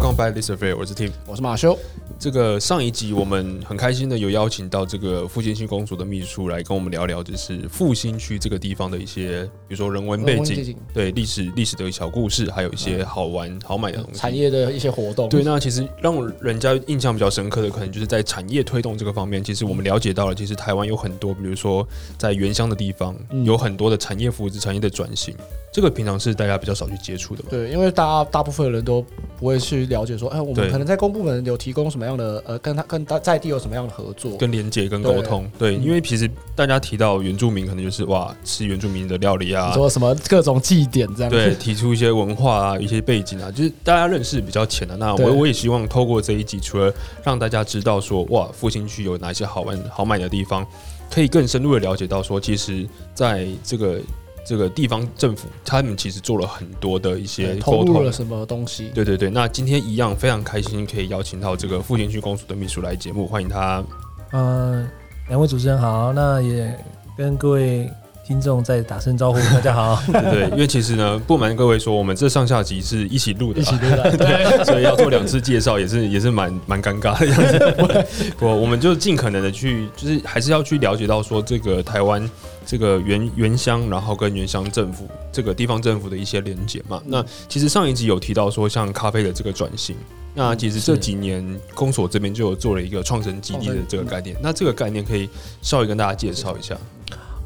上 By List Fair，我是 Tim。我是马修，这个上一集我们很开心的有邀请到这个复兴区公所的秘书来跟我们聊聊，就是复兴区这个地方的一些，比如说人文背人文景，对历史历史的小故事，还有一些好玩好买的东西。产业的一些活动，对，那其实让人家印象比较深刻的，可能就是在产业推动这个方面，其实我们了解到了，其实台湾有很多，比如说在原乡的地方，嗯有很多的产业扶持、产业的转型，这个平常是大家比较少去接触的嘛。对，因为大家大部分人都不会去了解说，哎，我对们可能在公部门有提供什么样的呃，跟他跟他在地有什么样的合作，跟连接、跟沟通，对，嗯因为其实大家提到原住民，可能就是哇，吃原住民的料理你啊，说什么各种祭典这样子，对，提出一些文化啊、一些背景啊，就是大家认识比较浅的、啊那对我我也希望透过这一集，除了让大家知道说哇，复兴区有哪些好玩、好买的地方，可以更深入的了解到说，其实在这个这个地方政府，他们其实做了很多的一些对投沟入通了。什么东西，对对对，那今天一样非常开心，可以邀请到这个复兴区公署的秘书来节目，欢迎他。嗯，两位主持人好，那也跟各位听众再打声招呼，大家好。 对对，因为其实呢，不瞒各位说，我们这上下集是一起录的一啊、起对 待，所以要做两次介绍也是也是蛮蛮尴尬的样子。不，我们就尽可能的去，就是还是要去了解到说这个台湾这个原原乡，然后跟原乡政府这个地方政府的一些连结嘛。那其实上一集有提到说，像咖啡的这个转型。那其实这是几年公所这边就有做了一个创生基地的这个概念，那这个概念可以稍微跟大家介绍一下。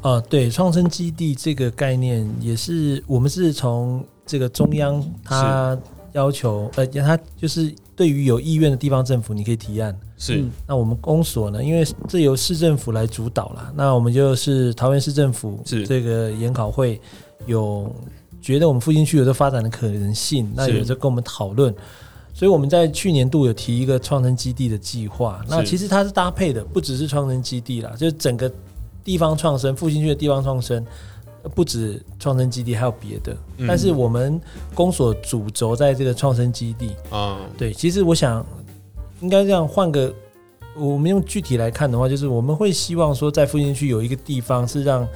呃，对，创生基地这个概念也是我们是从这个中央它要求，呃，它就是对于有意愿的地方政府，你可以提案。是嗯那我们公所呢，因为这由市政府来主导啦，那我们就是桃园市政府是这个研考会有觉得我们附近区有这发展的可能性，那是有在跟我们讨论，所以我们在去年度有提一个创生基地的计划。那是其实它是搭配的，不只是创生基地啦，就是整个地方创生，复兴区的地方创生。呃不止创生基地，还有别的。嗯但是我们公所主轴在这个创生基地，啊，对，其实我想应该这样换个，我们用具体来看的话，就是我们会希望说，在附近区有一个地方是让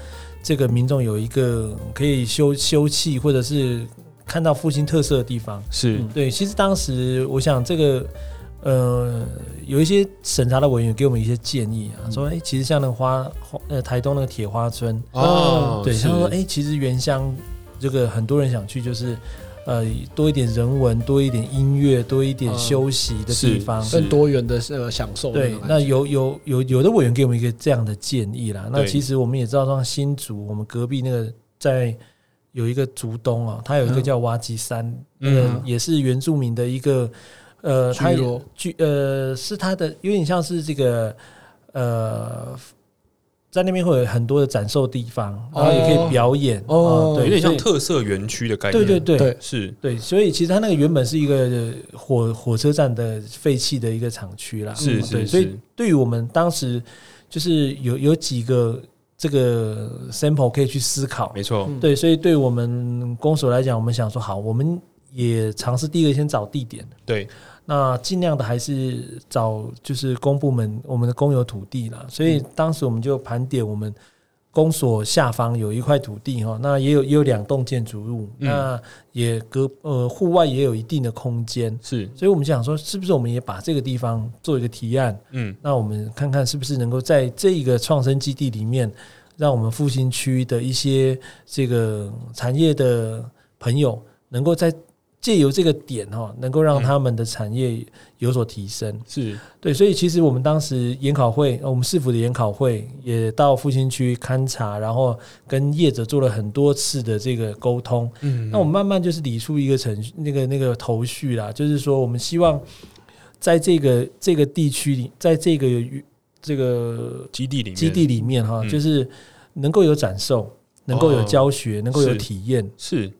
这个民众有一个可以休休憩或者是看到复兴特色的地方。是嗯对，其实当时我想这个。呃，有一些审查的委员给我们一些建议啊，说，哎、其实像那个花花，呃，台东那个铁花村，哦，嗯对，是他说，哎、其实原乡这个很多人想去，就是呃，多一点人文，多一点音乐，多一点嗯休息的是地方。是更多元的呃享受对种，感觉，那有有有有的委员给我们一个这样的建议啦。那对其实我们也知道，像新竹，我们隔壁那个在有一个竹东啊，它有一个嗯叫挖基山，嗯嗯，也是原住民的一个呃，它聚也落据呃是它的有点像是这个呃，在那边会有很多的展售地方，哦然后也可以表演哦有啊对，点像所以特色园区的概念，对对对对是对，所以其实它那个原本是一个呃火火车站的废弃的一个厂区啦，是嗯是对，所以是对于我们当时就是有有几个这个 sample 可以去思考，没错，嗯对，所以对我们公所来讲，我们想说好，我们也尝试第一个先找地点。对，那尽量的还是找就是公部门我们的公有土地啦，所以当时我们就盘点我们公所下方有一块土地哈，那也有也有两栋建筑物，嗯那也隔呃户外也有一定的空间，是，所以我们想说是不是我们也把这个地方做一个提案，嗯，那我们看看是不是能够在这个创生基地里面，让我们复兴区的一些这个产业的朋友，能够在借由这个点哈，能够让他们的产业有所提升。是对，所以其实我们当时研考会，呃我们市府的研考会也到复兴区勘察，然后跟业者做了很多次的这个沟通。嗯那我们慢慢就是理出一个程序，那个那个头绪啦，就是说我们希望在这个这个地区里，在这个这个基地里面，基地里面哈，嗯哦就是能够有展售，能够有教学，能够有是体验，是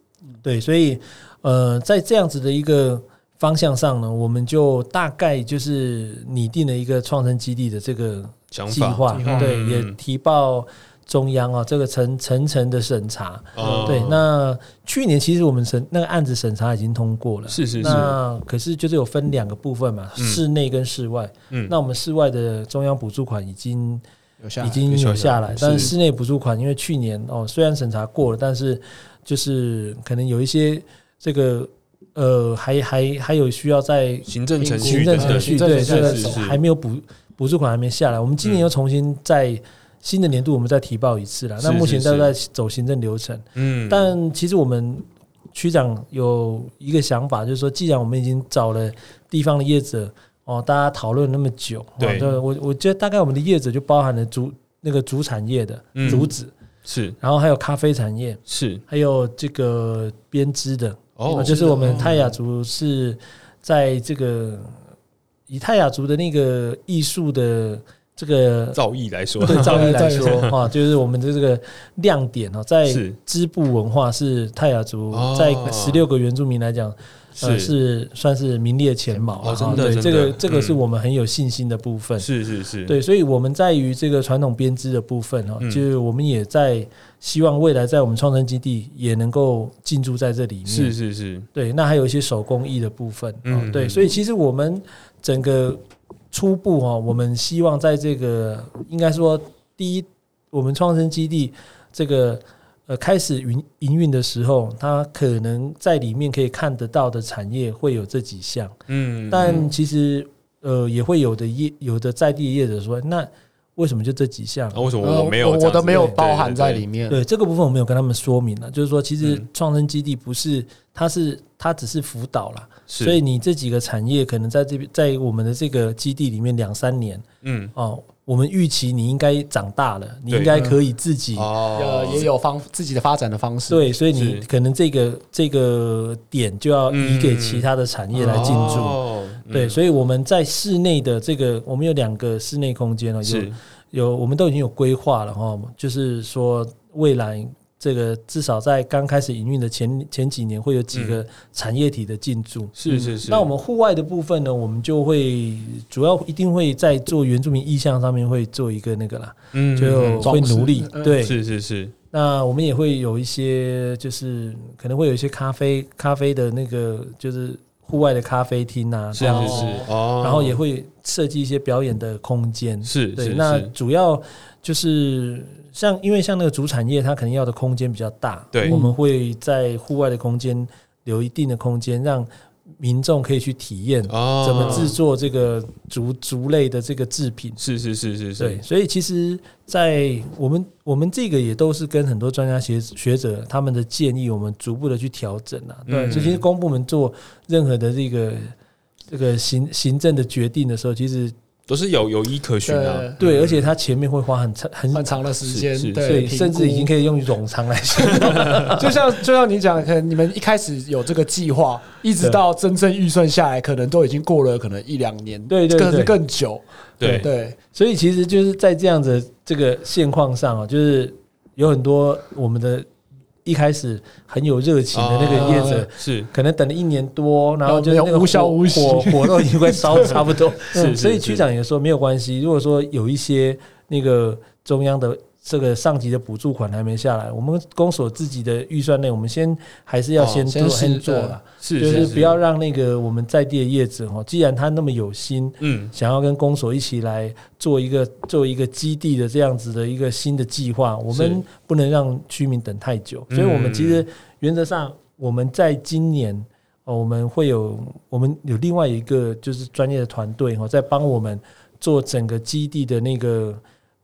对，所以呃，在这样子的一个方向上呢，我们就大概就是拟定了一个创生基地的这个想计法，划，嗯对，也嗯提报中央啊，这个层层层的审查，哦对，那去年其实我们审那个案子审查已经通过了，是是是，那可是就是有分两个部分嘛，嗯室内跟室外。嗯那我们室外的中央补助款已经有下来已经有下来是，但是室内补助款因为去年哦虽然审查过了，但是就是可能有一些这个呃，还还还有需要在行政程序行等政等程序，行对，政这程个序是是还没有补补助款还没下来。我们今年嗯又重新在新的年度我们再提报一次了。那是目是前是都在走行政流程，嗯，但其实我们区长有一个想法，就是说，既然我们已经找了地方的业者哦，大家讨论那么久，哦对我我觉得大概我们的业者就包含了竹那个竹产业的嗯竹子，是然后还有咖啡产业，是还有这个编织的，哦，就是我们哦泰雅族是在这个以泰雅族的那个艺术的这个造诣来 说，对造呃诣造来说哈，就是我们的这个亮点哦，在是织布文化是泰雅族哦在十六个原住民来讲，呃，是算是名列前茅哦了真哈。的对，真这个的这个是嗯我们很有信心的部分。是是是，对，所以我们在于这个传统编织的部分哈，嗯就是我们也在希望未来在我们创生基地也能够进驻在这里面。是是是，对，那还有一些手工艺的部分，嗯嗯，对，嗯所以其实我们整个初步哈、哦，我们希望在这个应该说第一，我们创生基地这个呃开始营营运的时候，它可能在里面可以看得到的产业会有这几项，嗯，但其实呃也会有的业有的在地业者说，那为什么就这几项？啊为什么我没有呃这样子？我都没有对包含在里。面。对这个部分，我们有跟他们说明了，就是说，其实嗯创生基地不是，它是它只是辅导啦，是，所以你这几个产业可能在这边，在我们的这个基地里面两三年嗯，哦，我们预期你应该长大了，你对应该可以自己哦呃，，也有方自己的发展的方式。，对，所以是你可能这个这个点就要移给其他的产业来进驻。哦嗯对，所以我们在室内的这个，我们有两个室内空间哦，有是有我们都已经有规划了哈，就是说未来这个至少在刚开始营运的前前几年会有几个产业体的进驻。嗯是是是。那我们户外的部分呢，我们就会主要一定会在做原住民意向上面会做一个那个啦，嗯就嗯会努力装饰对。是是是，那我们也会有一些，就是可能会有一些咖啡咖啡的那个，就是户外的咖啡厅啊，是这样是子是哦，然后也会设计一些表演的空间。是对，是那是主要就是像，因为像那个主产业，它可能要的空间比较大，对我们会在户外的空间留一定的空间，让民众可以去体验哦，怎么制作这个竹竹类的这个制品。是是是是是对，，所以其实，在我们我们这个也都是跟很多专家学学者他们的建议，我们逐步的去调整啊。对，嗯所以其实公部门做任何的这个这个行行政的决定的时候，其实都是有有依可循啊的。对，而且它前面会花很长很很长的时是是间，对，对，评甚至已经可以用冗长来形容。 估就像就像你讲，可能你们一开始有这个计划，一直对到真正预算下来，可能都已经过了可能一两年，对对嗯甚至对更久。对对，所以其实就是在这样子这个现况上啊，就是有很多我们的一开始很有热情的那个业者哦，是可能等了一年多，然然后后就是那没个有火无消无息火火都已经快烧差不多。嗯是是所以是区长也说没有关系，如果说有一些那个中央的。这个上级的补助款还没下来，我们公所自己的预算内，我们先还是要哦先做、先试先做对了，是，就是不要让那个我们在地的业者哦，既然他那么有心，嗯想要跟公所一起来做一个做一个基地的这样子的一个新的计划，我们不能让居民等太久，嗯所以我们其实原则上我们在今年。哦，我们会有我们有另外一个就是专业的团队哦，在帮我们做整个基地的那个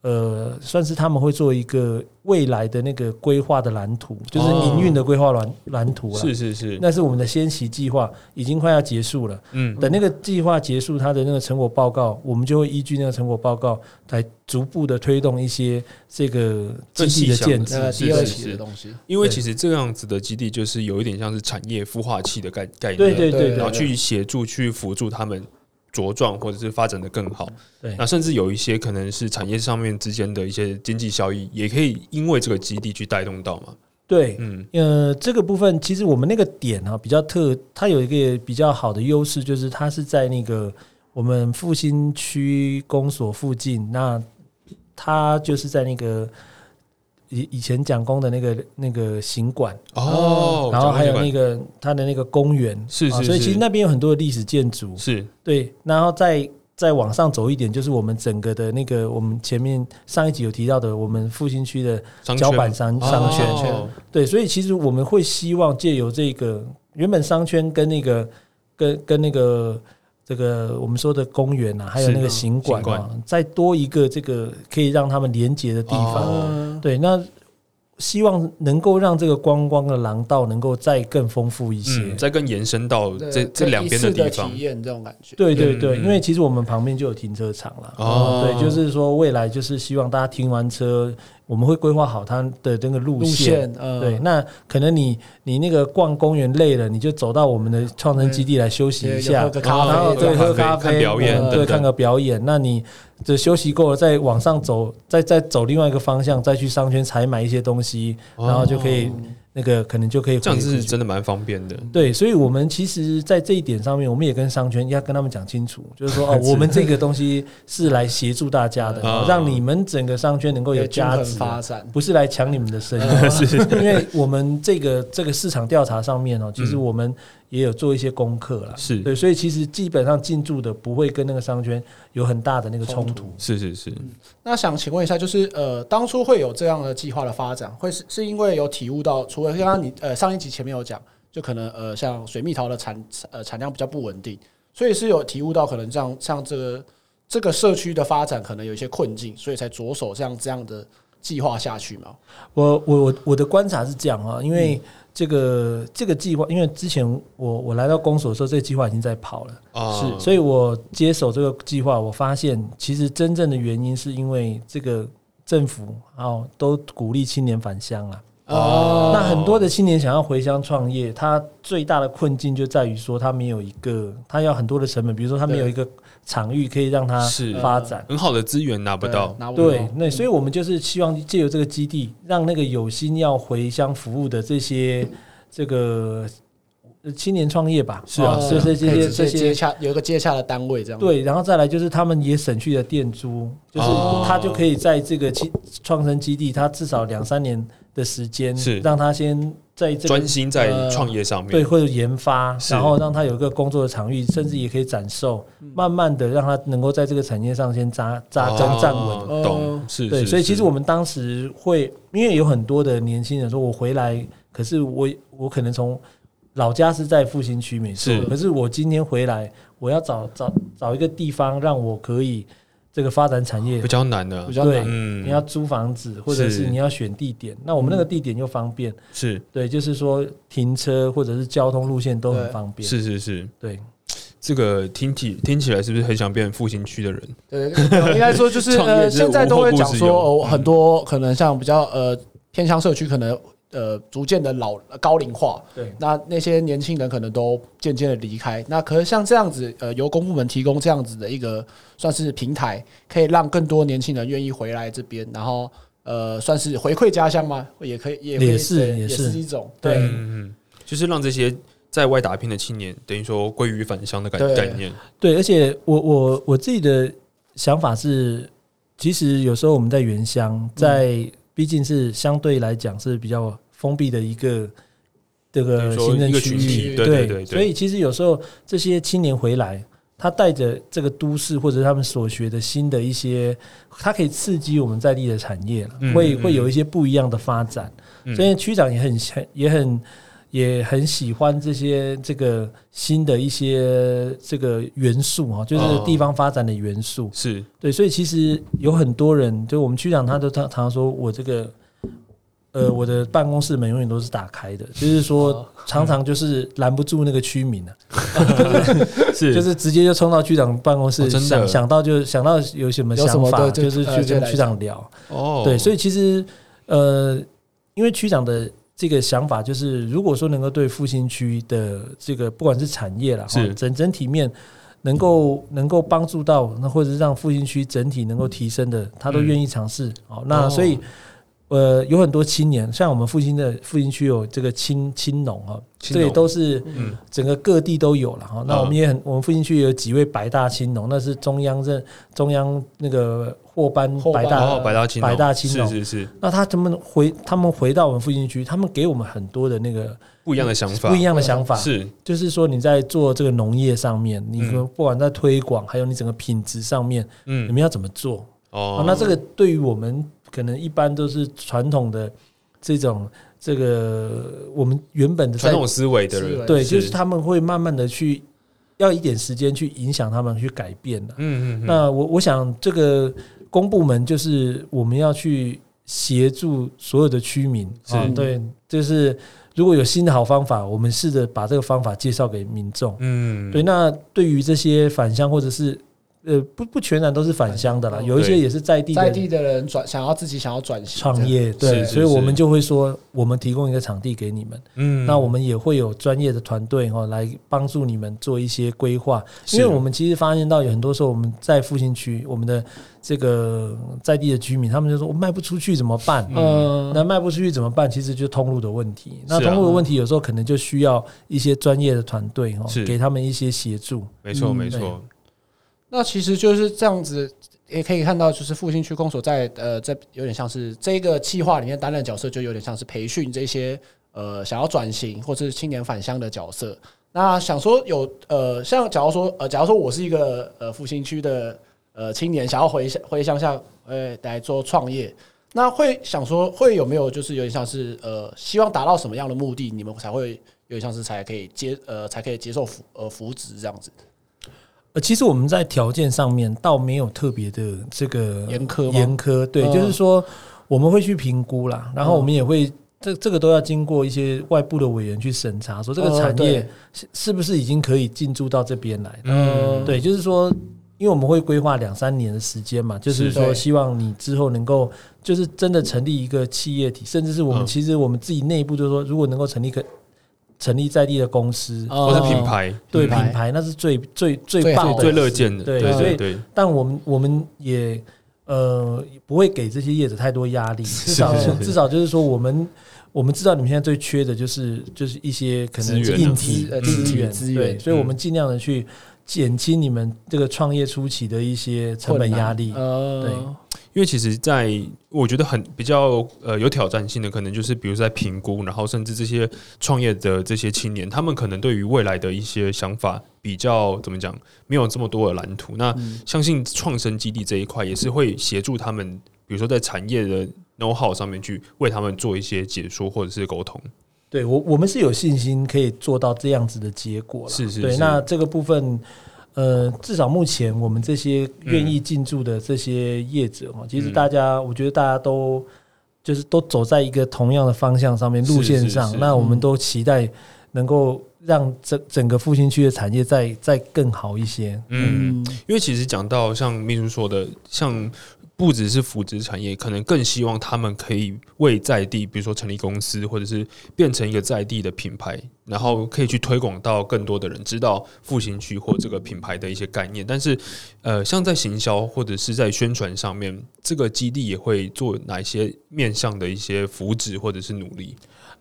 呃，算是他们会做一个未来的那个规划的蓝图，就是哦营运的规划蓝蓝图了。是是是，那是我们的先期计划，已经快要结束了。嗯等那个计划结束，它的那个成果报告，我们就会依据那个成果报告来逐步的推动一些这个基地的建是更制细。那是第二是期是的东西，因为其实这样子的基地就是有一点像是产业孵化器的概概念，对对对然后对去协助、去辅助他们茁壮或者是发展的更好。对那甚至有一些可能是产业上面之间的一些经济效益，也可以因为这个基地去带动到嘛。对，嗯，呃，这个部分其实我们那个点啊比较特，它有一个比较好的优势，就是它是在那个我们复兴区公所附近，那它就是在那个以以前蒋公的那个那个行馆。哦，然后还有那个个它的那个公园，是啊是所以其是实那边有很多的历史建筑，是对，然后再再往上走一点，就是我们整个的那个我们前面上一集有提到的，我们复兴区的商脚圈板商商圈，哦对，所以其实我们会希望借由这个原本商圈跟那个跟跟那个这个我们说的公园啊，还有是那个嗯行馆行啊，再多一个这个可以让他们连接的地方。哦对，那希望能够让这个观光的廊道能够再更丰富一些。嗯，再更延伸到对这这可以两一边次地的方体，验这种感觉。对对对，嗯嗯因为其实我们旁边就有停车场啦。哦对，就是说未来就是希望大家停完车，我们会规划好它的那个路路线，嗯，对，那可能你你那个逛公园累了，你就走到我们的创生基地来休息一也有下喝，个然咖后然后啡，对嗯喝喝咖咖啡看啡、表演呃等对等看个表演。那你这休息够了，再往上走，再再走另外一个方向，再去商圈采买一些东西，然后就可以那个可能就可以回哦这样回是去真的蛮方便的。哦对，所以我们其实，在这一点上面，我们也跟商圈要跟他们讲清楚，就是说，哦，是我们这个东西是来协助大家的，啊让你们整个商圈能够有有均价衡值，发展。不是来抢你们的生意。 因为我们这个这个市场调查上面哦，其实嗯我们也有做一些功课啦，是对，所以其实基本上进驻的不会跟那个商圈有很大的那个冲冲突。是是是，那想请问一下，就是呃，当初会有这样的计划的发展，会是是因为有体悟到，除了刚刚你呃上一集前面有讲，就可能呃像水蜜桃的产呃产量比较不稳定，所以是有体悟到可能像像这个这个社区的发展可能有一些困境，所以才着手这样这样的计划下去嘛。我我我我的观察是这样啊，因为这个、这个计划，因为之前我我来到公所的时候，这个计划已经在跑了。啊是所以我接手这个计划，我发现其实真正的原因是因为这个政府哦都鼓励青年返乡啊。哦那很多的青年想要回乡创业，他最大的困境就在于说他没有一个，他要很多的成本，比如说他没有一个场域可以让他是发展。很好的资源拿不对到，呃拿不到哦对，那所以我们就是希望借由这个基地，让那个有心要回乡服务的这些这个呃青年创业吧，是啊哦是这啊些这可以直些接这些接洽有一个接洽的单位这样。对，然后再来就是他们也省去了店租，就是哦他就可以在这个基创生基地，他至少两三年的时间，是让他先在这个专心在呃创业上面。对或者研发，是嗯然后让他有一个工作的场域，甚至也可以展售，慢慢的让他能够在这个产业上先扎扎哦根站稳。哦懂是，对，是所以其是实我们当时会，因为有很多的年轻人说，我回来，可是我我可能从老家是在复兴区没错是，可是我今天回来，我要找找找一个地方让我可以这个发展产业比，较难的比，较难。嗯你要租房子，或者是嗯是你要选地点，那我们那个地点又方便，是对，就是说停车或者是交通路线都很方便，是是是，对，这个听起听起来是不是很想变复兴区的人？对，应该说就 是创业呃，是现在都会讲无后顾之忧说，哦，嗯很多可能像比较呃偏乡社区，可能呃逐渐的老高龄化，对，那那些年轻人可能都渐渐的离开。那可是像这样子，呃，由公部门提供这样子的一个算是平台，可以让更多年轻人愿意回来这边，然后呃，算是回馈家乡吗？也可以，也可以也是对也也是一种对对嗯嗯，就是让这些在外打拼的青年，等于说归于返乡的概对概念。对，而且我我我自己的想法是，其实有时候我们在原嗯乡，在毕竟是相对来讲是比较封闭的一个这等个于说行政一个区群域，体对对对对所以其实有时候这些青年回来。他带着这个都市或者他们所学的新的一些，他可以刺激我们在地的产业了嗯会嗯会有一些不一样的发展。嗯所以区长也很很也很也很喜欢这些这个新的一些这个元素哦啊，就是地方发展的元素。是对，所以其实有很多人，就我们区长他都常常常说我这个。呃，我的办公室门永远都是打开的，就是哦说，常常就是拦不住那个区民啊，是就是直接就冲到区长办公哦室，真的想想到就想到有什么有什想么法，对就就是呃去就跟来区长聊。哦，对，所以以其实呃，因为区长的这个想法就是，如果说能够对复兴区的这个不管是产业啦，哈是整整体面能够能够帮助到，那或者是让复兴区整体能够提升的，他都嗯哦愿意尝试。好、那所以。呃，有很多青年，像我们复兴的复兴区有这个青青农哈，青这也农都是嗯整个各地都有了哈。那嗯我们也很，我们附近区有几位白大青农，那是中央认中央那个获颁获白颁大哦，百大青百大青是龙是是那他他们回他们回到我们附近区，他们给我们很多的那个不一样的想法，不一样的想法，是就是说你在做这个农业上面，你嗯不管在推广，还有你整个品质上面，你嗯们要怎么做？哦啊，那这个对于我们可能一般都是传统的这种这个我们原本的在传统思维的思人维，对，是就是他们会慢慢的去要一点时间去影响他们去改变的。嗯嗯嗯，那我我想这个公部门就是我们要去协助所有的居民是啊，对，就是如果有新的好方法，我们试着把这个方法介绍给民众。嗯对，那对于这些返乡或者是呃不不全然都是返乡的啦，嗯有一些对也是在地在的地的人转想要自己想要转型这创样，业，对，是是所以我们是就会说，我们提供一个场地给你们，嗯那我们也会有专业的团队哈来帮助你们做一些规划，是因为我们其实发现到有很多时候我们在复兴区，我们的这个在地的居民，他们就说我卖不出去怎么办？嗯，那卖不出去怎么办？其实就通路的问题。那是啊通路的问题有时候可能就需要一些专业的团队哈是，给他们一些协助。没错嗯没错，那其实就是这样子，也可以看到，就是复兴区公所在呃，在有点像是这个计划里面担任的角色，就有点像是培训这些呃想要转型或是青年返乡的角色。那想说有呃，像假如说呃，假如说我是一个呃复兴区的呃青年，想要回乡回乡下呃来做创业，那会想说会有没有就是有点像是呃，希望达到什么样的目的，你们才会有点像是才可以接呃才可以接受扶呃扶植这样子呃，其实我们在条件上面倒没有特别的这个严苛吗？严苛，对，嗯就是说我们会去评估啦，然后我们也会。这这个都要经过一些外部的委员去审查，说这个呃产对业是是不是已经可以进驻到这边来？嗯对，就是说，因为我们会规划两三年的时间嘛，就是是说对希望你之后能够就是真的成立一个企业体，甚至是我们嗯其实我们自己内部就是说，如果能够成立一个成立在地的公司，哦或是品牌呃对品品牌牌那是最最最最棒好的最乐见的，对对所对以对，但我们我们也呃不会给这些业者太多压力，至少是是至少就是说我们我们知道你们现在最缺的就是就是一些可资能源是啊硬体资呃资资源源资源对，所以我们尽量的去减轻你们这个创业初期的一些成本压力。呃，对因为其实在，我觉得很比较呃有挑战性的，可能就是比如在评估，然后甚至这些创业的这些青年，他们可能对于未来的一些想法比较怎么讲，没有这么多的蓝图。那相信创生基地这一块也是会协助他们，比如说在产业的 know how 上面去为他们做一些解说或者是沟通。对我我们是有信心可以做到这样子的结果了。是是对，是那这个部分。呃，至少目前我们这些愿嗯意进驻的这些业者嘛，其实大家，我觉得大家都就是都走在一个同样的方向上面是路线上是，嗯是那我们都期待能够让整整个复兴区的产业再再更好一些。嗯，因为其实讲到像秘书说的，像不只是扶植产业，可能更希望他们可以为在地，比如说成立公司，或者是变成一个在地的品牌，然后可以去推广到更多的人知道复兴区或这个品牌的一些概念。但是，呃，像在行销或者是在宣传上面，这个基地也会做哪一些面向的一些扶植或者是努力？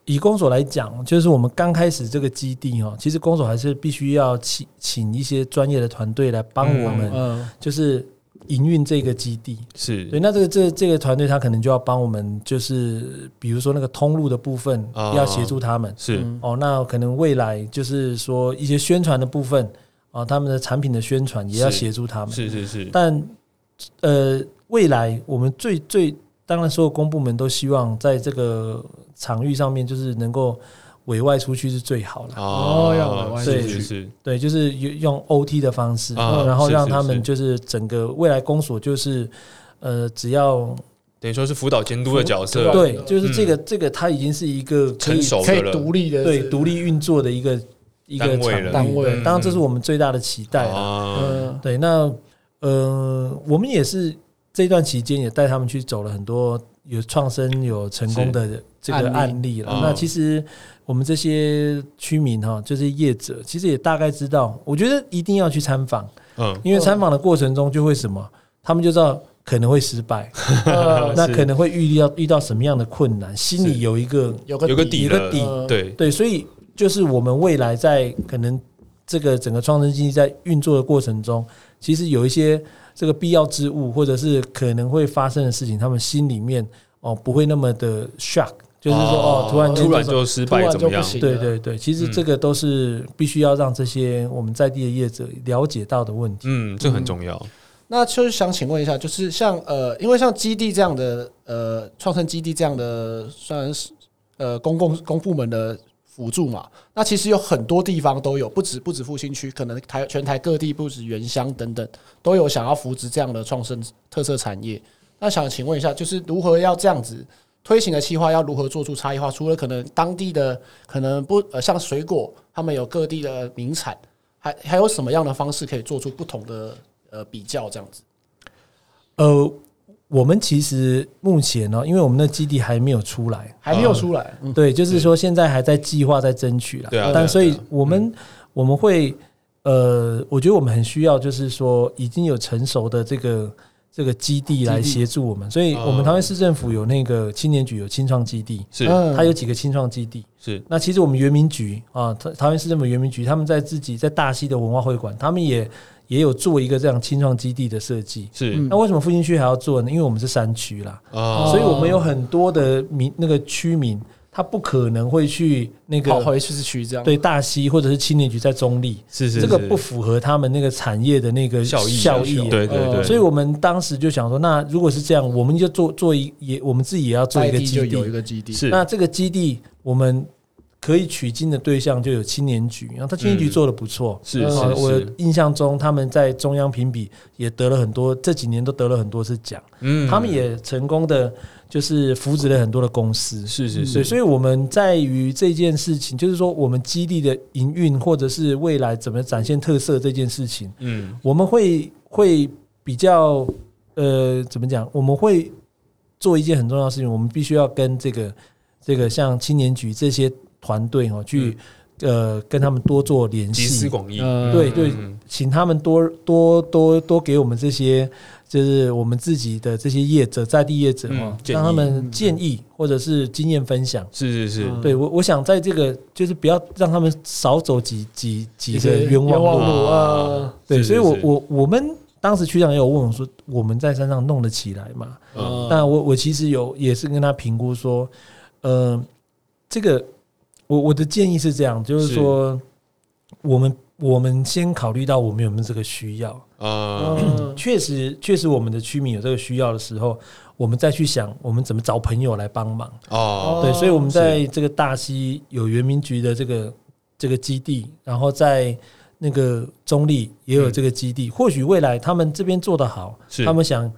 以公所来讲，就是我们刚开始这个基地哦，其实公所还是必须要请请一些专业的团队来帮我们，嗯，就是营运这个基地。对，是那这个这这个团队他可能就要帮我们，就是比如说那个通路的部分啊要协助他们。是，嗯哦，那可能未来就是说一些宣传的部分啊，他们的产品的宣传也要是协助他们。是是是，但呃，未来我们最最当然，所有公部门都希望在这个场域上面，就是能够委外出去是最好了。哦要往外是去是是，对，就是用用 OT 的方式，啊然后是让是他是们就是整个未来公所就是呃，只要等于说是辅导监督的角色，对，嗯就是这个、这个，它已经是一个可以成熟可的以了，独立的对独立运作的一个一个单位场了嗯域单位对当然，这是我们最大的期待啦。啊，嗯对，那呃，我们也是这段期间也带他们去走了很多有创生、有成功的这个案案例了嗯。那其实我们这些居民哈，这些业者，其实也大概知道，我觉得一定要去参访，嗯，因为参访的过程中就会什么，他们就知道可能会失败。 呃那是可能会遇到遇到什么样的困难，心是里有一个有个有个底嗯有个了底呃对，对，所以就是我们未来在可能这个整个创生经济在运作的过程中，其实有一些这个必要之物，或者是可能会发生的事情，他们心里面哦不会那么的 shock，就是说哦突然间突然是就嗯失突败然怎就么不样？行了，对对对，其实这个都是必须要让这些我们在地的业者了解到的问题。嗯，这很重要。那就是想请问一下，就是像呃，因为像基地这样的呃创生基地这样的，算是呃公共公部门的辅助嘛，那其实有很多地方都有，不止不止复兴区，可能台全台各地不止原乡等等都有想要扶植这样的创生特色产业。那想请问一下，就是如何要这样子推行的计划，要如何做出差异化？除了可能当地的可能不呃像水果，他们有各地的名产，还还有什么样的方式可以做出不同的呃比较这样子？呃，我们其实目前呢、因为我们的基地还没有出来，还没有出来，嗯，对，就是说现在还在计划在争取啦。对啊对啊但所以对啊我们、我们会呃，我觉得我们很需要，就是说已经有成熟的这个这个基地基来地协助我们。所以我哦们桃园市政府有那个青年局有青创基地，是嗯它有几个青创基地。是那其实我们原民局啊，桃桃园市政府原民局，他们在自己在大溪的文化会馆，他们也也有做一个这样青创基地的设计。是嗯那为什么复兴区还要做呢？因为我们是山区啦。啊，所以我们有很多的民那个区民，他不可能会去那跑个回市区这样，对大溪或者是青年局在中立，是是这个是不符合他们那个产业的那个效益啊效益。哦对对呃对，所以我们当时就想说，那如果是这样，我们就做做一也我们自己也要做在一个地基就地有。一个基地，是那这个基地我们可以取经的对象就有青年局，然后他青年局嗯做的不错。是呃是我是，印象中，他们在中央评比也得了很多，这几年都得了很多次奖。嗯他们也成功的就是扶植了很多的公司。是是嗯对，是，所以我们在于这件事情，就是说我们基地的营运，或者是未来怎么展现特色这件事情，嗯我们会会比较呃，怎么讲？我们会做一件很重要的事情，我们必须要跟这个这个像青年局这些团队哦，去、呃跟他们多做联嗯集思系，广益，呃对对嗯请他们多多多多给我们这些，就是我们自己的这些业者在地业者嗯哦，建议让他们建议或者是经验分享。是是是，嗯对我，我想在这个就是不要让他们少走几几几一个些冤冤枉枉路。路啊对，是所以是我是我我们当时区长也有问我说，我们在山上弄得起来吗？嗯呃那我我其实有也是跟他评估说，呃，这个我我的建议是这样，就是是说我们我们先考虑到我们有没有这个需要。啊呃确实，确实，我们的居民有这个需要的时候，我们再去想我们怎么找朋友来帮忙。哦，对，哦所以我们在这个大溪有原民局的这个这个基地，然后在那个中立也有这个基地。或许未来他们这边做得好，嗯是他们想，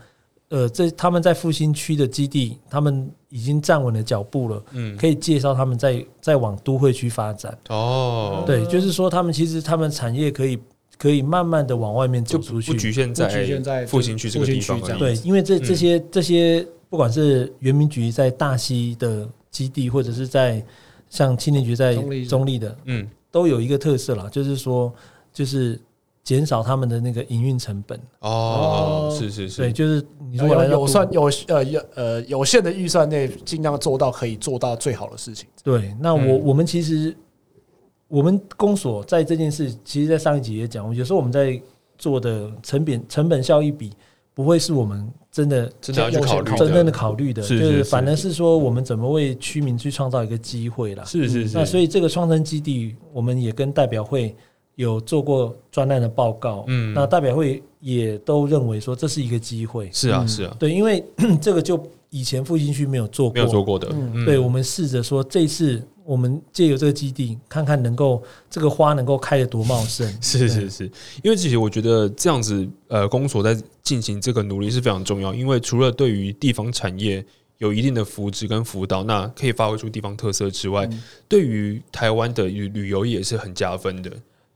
呃，这他们在复兴区的基地，他们已经站稳了脚步了，嗯可以介绍他们再再往都会区发展。哦，嗯对，就是说他们其实他们产业可以可以慢慢的往外面就走不出不去，局限在不局限在复兴区这个地方复兴区而已，这嗯对，因为这这些、这些，不管是原民局在大溪的基地，或者是在像青年局在中立的中立的，嗯都有一个特色啦，就是说，就是减少他们的那个营运成本。哦哦是是对，是，就是你如果来有到有都算有呃有呃有限的预算内，尽量做到可以做到最好的事情。对，那我、嗯我们其实我们公所在这件事，其实，在上一集也讲，有时候我们在做的成本成本效益比，不会是我们真的真的要去考虑真正的考虑的，是是就是是反而是说我们怎么为居民去创造一个机会啦。是是嗯那是，所以这个创生基地，我们也跟代表会有做过专案的报告，嗯那代表会也都认为说这是一个机会，是啊嗯是啊，对，因为 这个就以前复兴区没有做过，没有做过的，嗯嗯对，我们试着说这次我们借由这个基地，看看能够这个花能够开得多茂盛， 是是是，因为其实我觉得这样子，呃，公所在进行这个努力是非常重要，因为除了对于地方产业有一定的扶持跟辅导，那可以发挥出地方特色之外，嗯对于台湾的旅旅游业也是很加分的。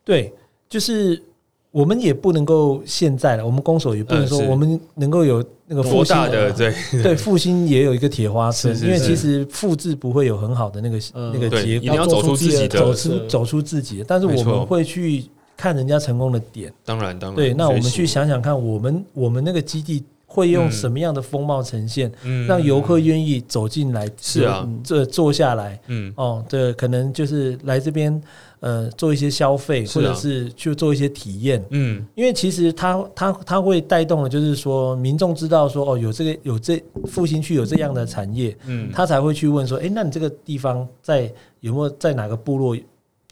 对，就是我们也不能够现在了，我们公所也不能嗯说是我们能够有那个复多兴大的对 对复兴也有一个铁花村，是是因为是其实复制不会有很好的那个、嗯那个对，结一果，定要走出自己要做走的，出是走出自己，但是没我错们会去看人家成功的点，当然当然。对，那我们去学习，想想看，我们我们那个基地会用嗯什么样的风貌呈现，嗯让游客愿意走进来，是啊嗯，这坐下来。嗯哦，对，可能就是来这边，呃，做一些消费，是或啊者是去做一些体验，嗯因为其实它它它会带动的，就是说民众知道说哦，有这个有这复兴区有这样的产业，嗯，他才会去问说，诶，那你这个地方在有没有在哪个部落有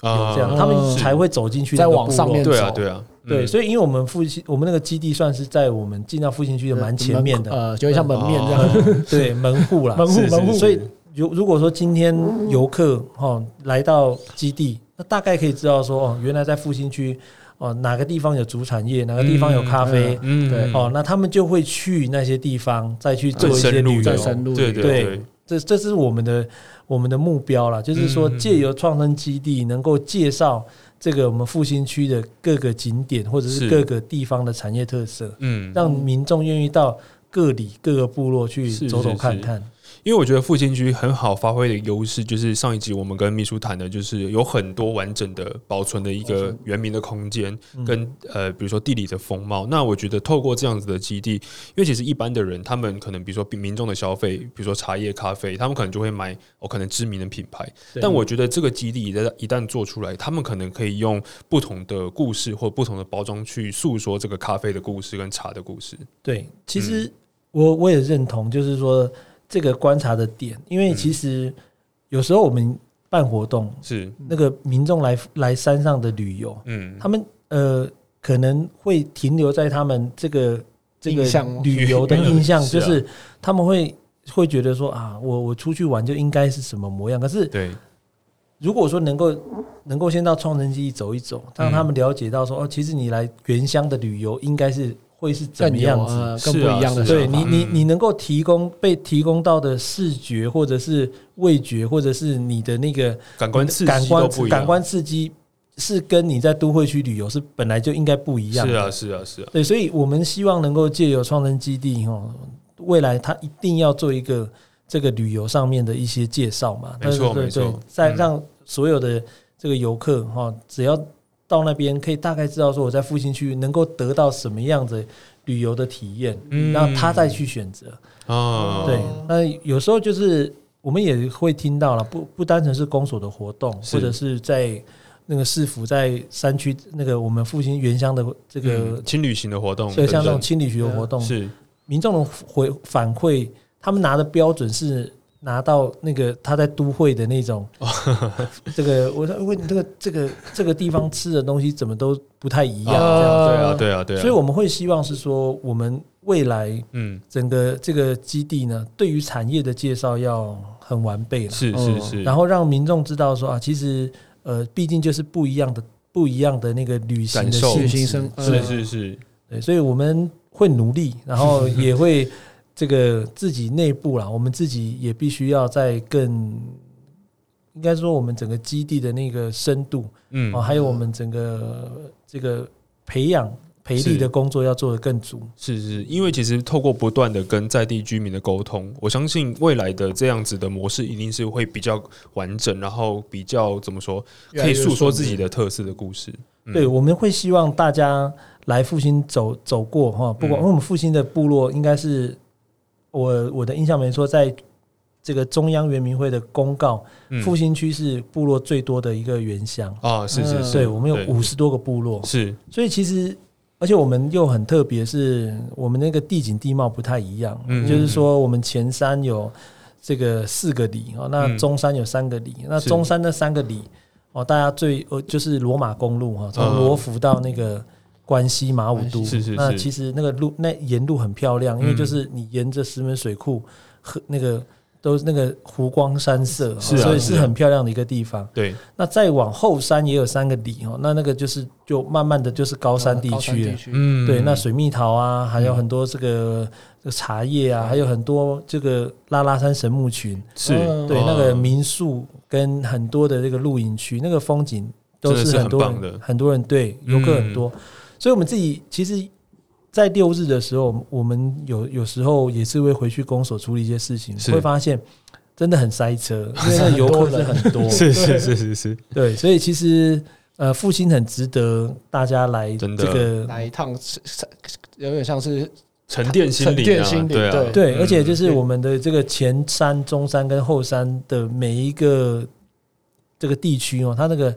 啊这样？嗯他们是才会走进去再那个往部上落面对啊走对啊，对，嗯所以因为我们复兴，我们那个基地算是在我们进到复兴区的蛮前面的，呃，有点像门面这样。哦 对门户啦。门户是是门户是所以如如果说今天游客哦来到基地，那大概可以知道说哦，原来在复兴区哦哪个地方有主产业，哪个地方有咖啡。嗯对哦，那他们就会去那些地方再去做更一些深旅入游，的更深入对对对对，这这是我们的我们的目标啦，就是说嗯借由创生基地能够介绍这个我们复兴区的各个景点或者是是各个地方的产业特色，嗯，让民众愿意到各里各个部落去是走走是看是看。因为我觉得复兴区很好发挥的优势，就是上一集我们跟秘书谈的，就是有很多完整的保存的一个原民的空间，嗯跟呃，比如说地理的风貌。那我觉得透过这样子的基地，因为其实一般的人，他们可能比如说民众的消费，比如说茶叶、咖啡，他们可能就会买哦，可能知名的品牌。对但我觉得这个基地一旦一旦做出来，他们可能可以用不同的故事或不同的包装去诉说这个咖啡的故事跟茶的故事。对，其实我我也认同，就是说这个观察的点，因为嗯其实有时候我们办活动，是，那个民众来来山上的旅游，嗯，他们呃可能会停留在他们这个这个印象旅游的印象，是就啊是他们会会觉得说啊，我我出去玩就应该是什么模样。可是对，如果说能够能够先到创城基地走一走，让他们了解到说、哦，其实你来原乡的旅游应该是会是怎更么有样子。呃更不是啊一样的是啊对想你，法，你嗯你能够提供被提供到的视觉，或者是味觉，或者是你的那个感官刺激感都官不一样，感官刺激，是跟你在都会区旅游是本来就应该不一样的。是啊，是啊，是啊，对，所以我们希望能够借由创生基地哦，未来它一定要做一个这个旅游上面的一些介绍嘛，没错对对没错对再嗯让所有的这个游客哈、哦，只要到那边可以大概知道说我在复兴区能够得到什么样的旅游的体验，嗯那他再去选择。啊，对，那有时候就是我们也会听到了，不不单纯是公所的活动，是或者是在那个市府在山区那个我们复兴原乡的这这个轻嗯旅行的活动，所以像这等种等清理局的活动，是民众的回反馈，他们拿的标准是拿到那个他在都会的那种，哦 这个我说问你这个这个这个地方吃的东西怎么都不太一样，这样啊，子对啊，对啊，对啊，所以我们会希望是说，我们未来嗯，整个这个基地呢，对于产业的介绍要很完备了，是是是，哦然后让民众知道说啊，其实呃，毕竟就是不一样的不一样的那个旅行的感受性旅质行生是呃是是，对，所以我们会努力，然后也会这个自己内部啦，我们自己也必须要在更，应该说我们整个基地的那个深度嗯哦，，还有我们整个这个培养培力的工作要做得更足。是是，因为其实透过不断的跟在地居民的沟通，我相信未来的这样子的模式一定是会比较完整，然后比较怎么说，越来可以越诉说顺自己利的特色的故事。嗯对，我们会希望大家来复兴走走过哈，不嗯管因为我们复兴的部落应该是我我的印象没错，在这个中央原民会的公告，嗯复兴区是部落最多的一个原乡。啊，是是嗯是，对，我们有对五十多个部落，是所以其实而且我们又很特别，是我们那个地景地貌不太一样，嗯就是说我们前山有这个四个里哦，那嗯中山有三个里，那是中山那三个里哦，大家最呃就是罗马公路哈，从嗯罗浮到那个。关西马武都，关西是是那是其实那个路那沿路很漂亮，因为嗯就是你沿着石门水库和那个都是那个湖光山色，哦是啊所以是是啊很漂亮的一个地方。对，那再往后山也有三个里哦，那那个就是就慢慢的就是高山地哦高区啊了。区嗯对，那水蜜桃啊，还有很多这个这个茶叶啊，还有很多这个拉拉山神木群，是嗯对，哦那个民宿跟很多的这个露营区，那个风景都真的是很多人很棒的很多人对游客很多，所以我们自己其实，在六日的时候，我们有有时候也是会回去公所处理一些事情，是会发现真的很塞车，因为那游客是很多，是是是是是，对，所以其实呃，复兴很值得大家来这真的个来一趟是是有点像是沉淀心灵啊，沉淀心灵对啊对对，而且嗯就是我们的这个前山、中山跟后山的每一个这个地区哦，它那个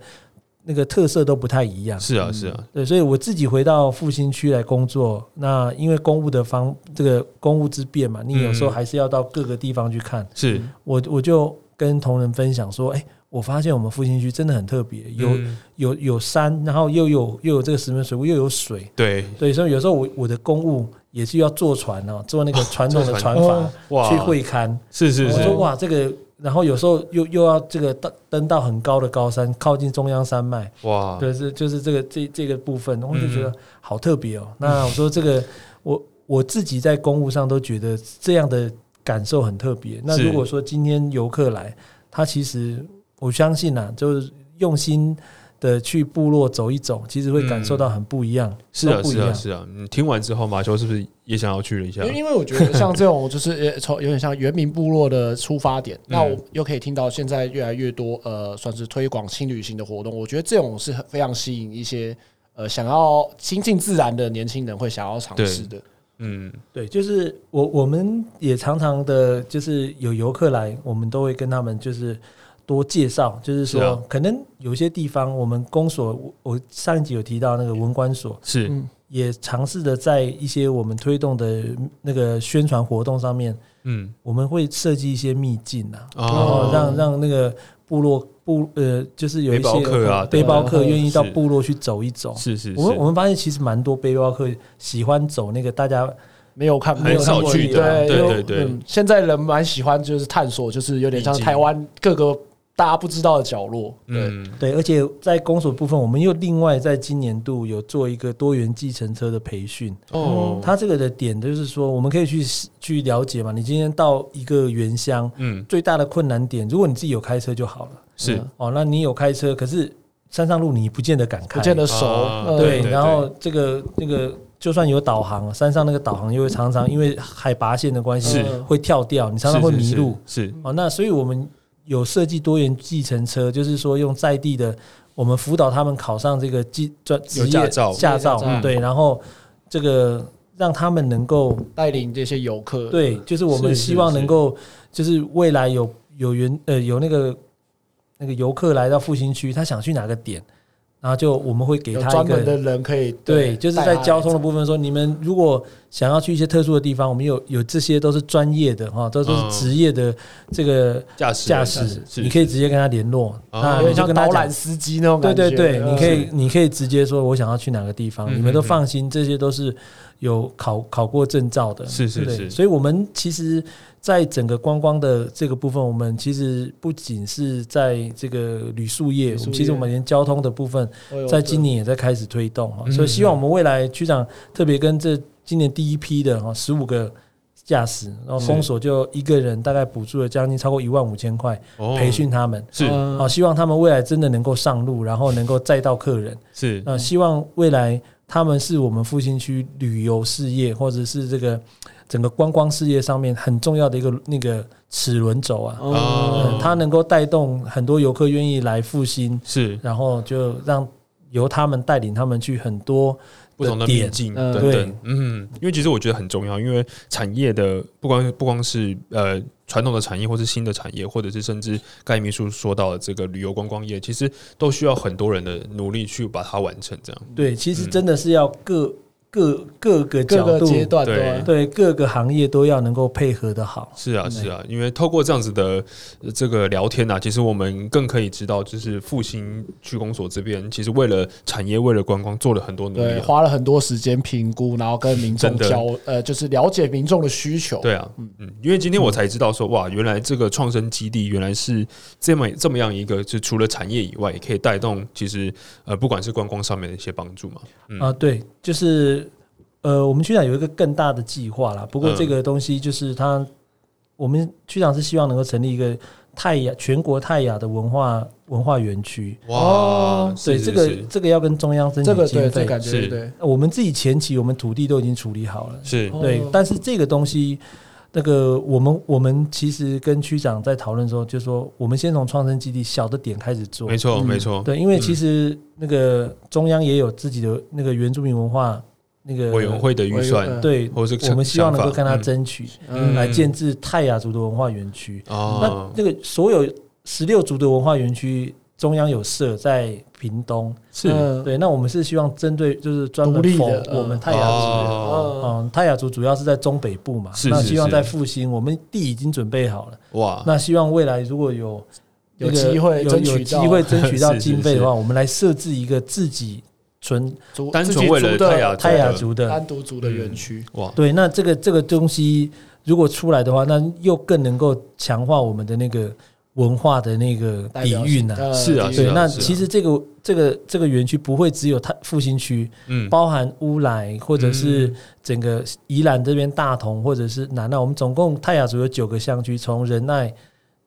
那个特色都不太一样。是啊是啊，对，所以我自己回到复兴区来工作，那因为公务的方这个公务之便嘛，你有时候嗯还是要到各个地方去看。是我我就跟同仁分享说，哎、我发现我们复兴区真的很特别，有、嗯有有山，然后又有又有这个石门水库，又有水，对，对，所以有时候我我的公务也是要坐船哦，坐那个传统的坐船船筏哇，去会勘。是是我是说，哇，这个，然后有时候又又要这个登登到很高的高山，靠近中央山脉，哇，对，是就是这个这这个部分，我就觉嗯得好特别哦。那我说这个，我我自己在公务上都觉得这样的感受很特别。那是如果说今天游客来，他其实我相信啊，就是用心的去部落走一走，其实会感受到很不一样，嗯是啊都不一是啊样。是啊。你听完之后，马修是不是也想要去了一下因？为因为我觉得像这种就是呃从有点像原民部落的出发点，嗯那我又可以听到现在越来越多呃算是推广轻旅行的活动，我觉得这种是很非常吸引一些呃想要亲近自然的年轻人会想要尝试的。嗯，对，就是我我们也常常的，就是有游客来，我们都会跟他们就是多介绍，就是说，是啊可能有些地方我们公所，我我上一集有提到那个文管所，是嗯也尝试着在一些我们推动的那个宣传活动上面，嗯我们会设计一些秘境啊，然后哦，让让那个部落部呃，就是有一些背包呃客啊背包客对愿意到是部落去走一走。嗯是是是，我们我们发现其实蛮多背包客喜欢走那个大家没有看，很没有看少过去地的啊方对因为对对嗯现在人蛮喜欢就是探索，就是有点像秘境台湾各个大家不知道的角落。对，嗯对，而且在公所部分，我们又另外在今年度有做一个多元计程车的培训。哦，它这个的点就是说，我们可以去去了解嘛。你今天到一个原乡，嗯最大的困难点，如果你自己有开车就好了。是哦，那你有开车，可是山上路你不见得敢开，不见得熟，啊嗯对对。然后这个那个，就算有导航，山上那个导航又会常常因为海拔线的关系是会跳掉，你常常会是是迷是路。是哦，那所以我们有设计多元计程车，就是说用在地的，我们辅导他们考上这个技专有职驾业照驾照嗯，对，然后这个让他们能够带领这些游客，对，就是我们是希望是能够，就是未来有有缘呃有那个那个游客来到复兴区，他想去哪个点，然后就我们会给有他一专门个。的人可以对，就是在交通的部部分说，你们如果想要去一些特殊的地方，我们有有这些都是专业的哈，都嗯是职业的这个驾驶驾人驶，是你可以直接跟他联络，哦那有啊你点就像跟他导讲览。司机那种对感觉。对对，你可以嗯你可以直接说我想要去哪个地方，嗯你们嗯都嗯放心，这些都是有考考过证照的，是是对是所以我们其实，在整个观光的这个部分，我们其实不仅是在这个旅宿业，旅我宿们其实业我们连交通的部分，哎呦在今年也在开始推动哈，嗯所以希望我们未来区长特别跟这今年第一批的哈十五个驾驶，然后是公所就一个人大概补助了将近超过一万五千块哦培训他们，是嗯啊，希望他们未来真的能够上路，然后能够载到客人，是嗯那希望未来他们是我们复兴区旅游事业或者是这个整个观光事业上面很重要的一个那个齿轮轴啊，哦嗯，它能够带动很多游客愿意来复兴。是然后就让由他们带领他们去很多不同的点秘境嗯等等，嗯，因为其实我觉得很重要，因为产业的不光不光是呃传统的产业，或是新的产业，或者是甚至盖秘书说到的这个旅游观光业，其实都需要很多人的努力去把它完成。这样对，其实真的是要各、各各个各角个度，阶段对对对各个行业都要能够配合的好。是啊嗯是啊，因为透过这样子的呃这个聊天啊，其实我们更可以知道，就是复兴区公所这边其实为了产业，为了观光做了很多努力对，啊、花了很多时间评估，然后跟民众真的交呃，就是了解民众的需求。对啊，嗯嗯，因为今天我才知道说，哇，原来这个创生基地原来是这么这么样一个，就除了产业以外，也可以带动其实呃，不管是观光上面的一些帮助嘛。嗯啊，对，就是呃，我们区长有一个更大的计划啦。不过嗯这个东西就是它，我们区长是希望能够成立一个泰雅全国泰雅的文化文化园区。哇，哦对，是是这个是这个要跟中央申这请个对经这费。感觉是对，嗯我们自己前期我们土地都已经处理好了，是哦对，但是这个东西，那个我们我们其实跟区长在讨论的时候，就说我们先从创生基地小的点开始做没。错嗯没错，对，因为嗯其实那个中央也有自己的那个原住民文化那个委员，会的预算嗯对，或者是我们希望想能法够跟他嗯争取嗯来建制泰雅族的文化园区。那哦，那个所有十六族的文化园区中央有设在屏东，是嗯对，那我们是希望针对就是专门独立 for 的嗯我们泰雅族的。哦嗯，泰雅族主要是在中北部嘛，是那是希望是在复兴，我们地已经准备好了。哇，那希望未来如果有有那个机会有争取有到机会争取到是是经费的话，我们来设置一个自己纯族单自纯己为族了的泰雅族嗯泰雅族的单独族嗯的园区，哇，对，那这个这个东西如果出来的话，那又更能够强化我们的那个文化的那个代底表蕴啊。呃是啊地域对，那是啊其实这个这个这个园区不会只有它复兴区，嗯，包含乌来或者是整个宜兰这边大同或者是南澳，我们总共泰雅族有九个乡区，从仁爱、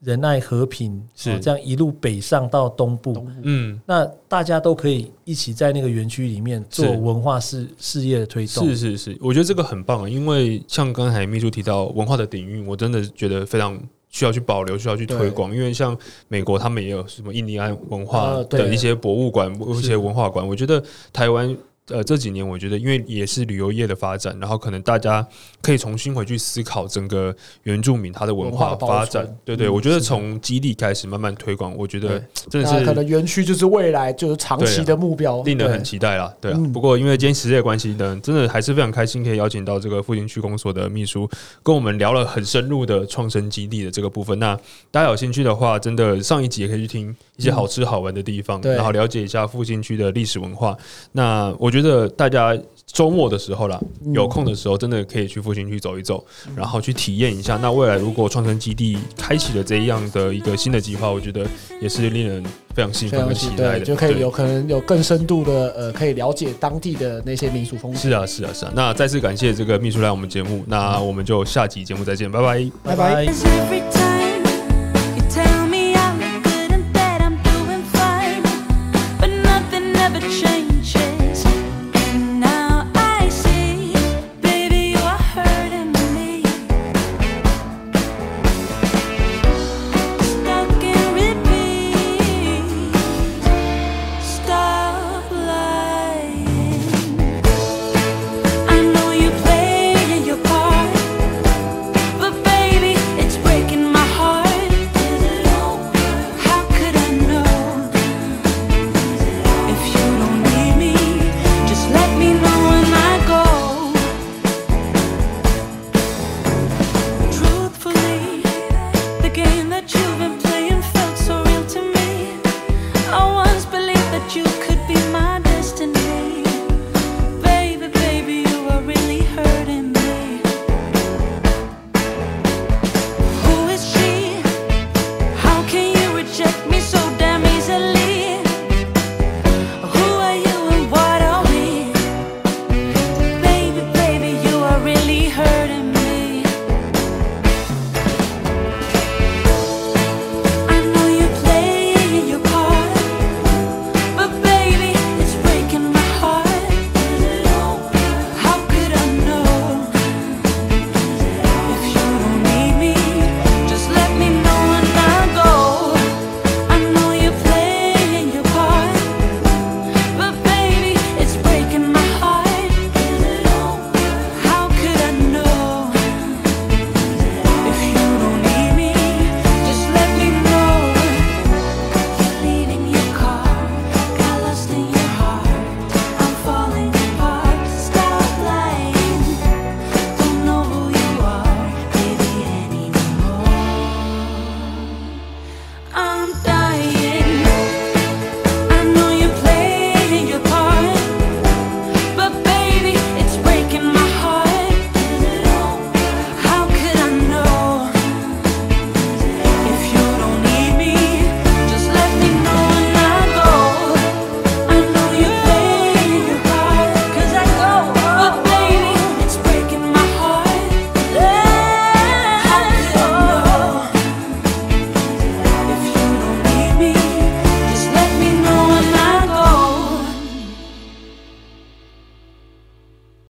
仁爱和平是哦这样一路北上到东部，东部嗯，那大家都可以一起在那个园区里面做是文化事事业的推动是。是是，我觉得这个很棒啊，因为像刚才秘书提到文化的底蕴，我真的觉得非常。需要去保留，需要去推广，因为像美国他们也有什么印第安文化呃对的一些博物馆、一些是文化馆。我觉得台湾呃这几年，我觉得因为也是旅游业的发展，然后可能大家可以重新回去思考整个原住民他的文文化化的保发展存。对对，嗯我觉得是的从基地开始慢慢推广，我觉得真对的那是啊可能园区就是未来就是长期的目标，令人对很期待啦，对啊。嗯不过因为今天时间的关系呢，真的还是非常开心，可以邀请到这个复兴区公所的秘书，跟我们聊了很深入的创生基地的这个部分。那大家有兴趣的话，真的上一集也可以去听一些好吃好玩的地方，对然后了解一下复兴区的历史文化。那我觉得大家周末的时候啦，有空的时候真的可以去复兴区走一走，嗯然后去体验一下。那未来如果创生基地开启了这样的一个新的计划，我觉得也是令人非常兴非奋常跟期期待待对的，就可对以有可能有更深度的呃，可以了解当地的那些民俗风情。是啊，是啊，是啊。那再次感谢这个秘书来我们节目，那我们就下集节目再见，拜拜。拜拜。 Cause every time you tell me I look good and that I'm doing fine, but nothing ever changes. And now I see, baby, you are hurting me. Stuck in repeat. Stop lying. I know you're playing your part. But baby, it's breaking my heart. How could I know? If you don't need me, just let me know when I go. Truthfully, the game that you've been oh,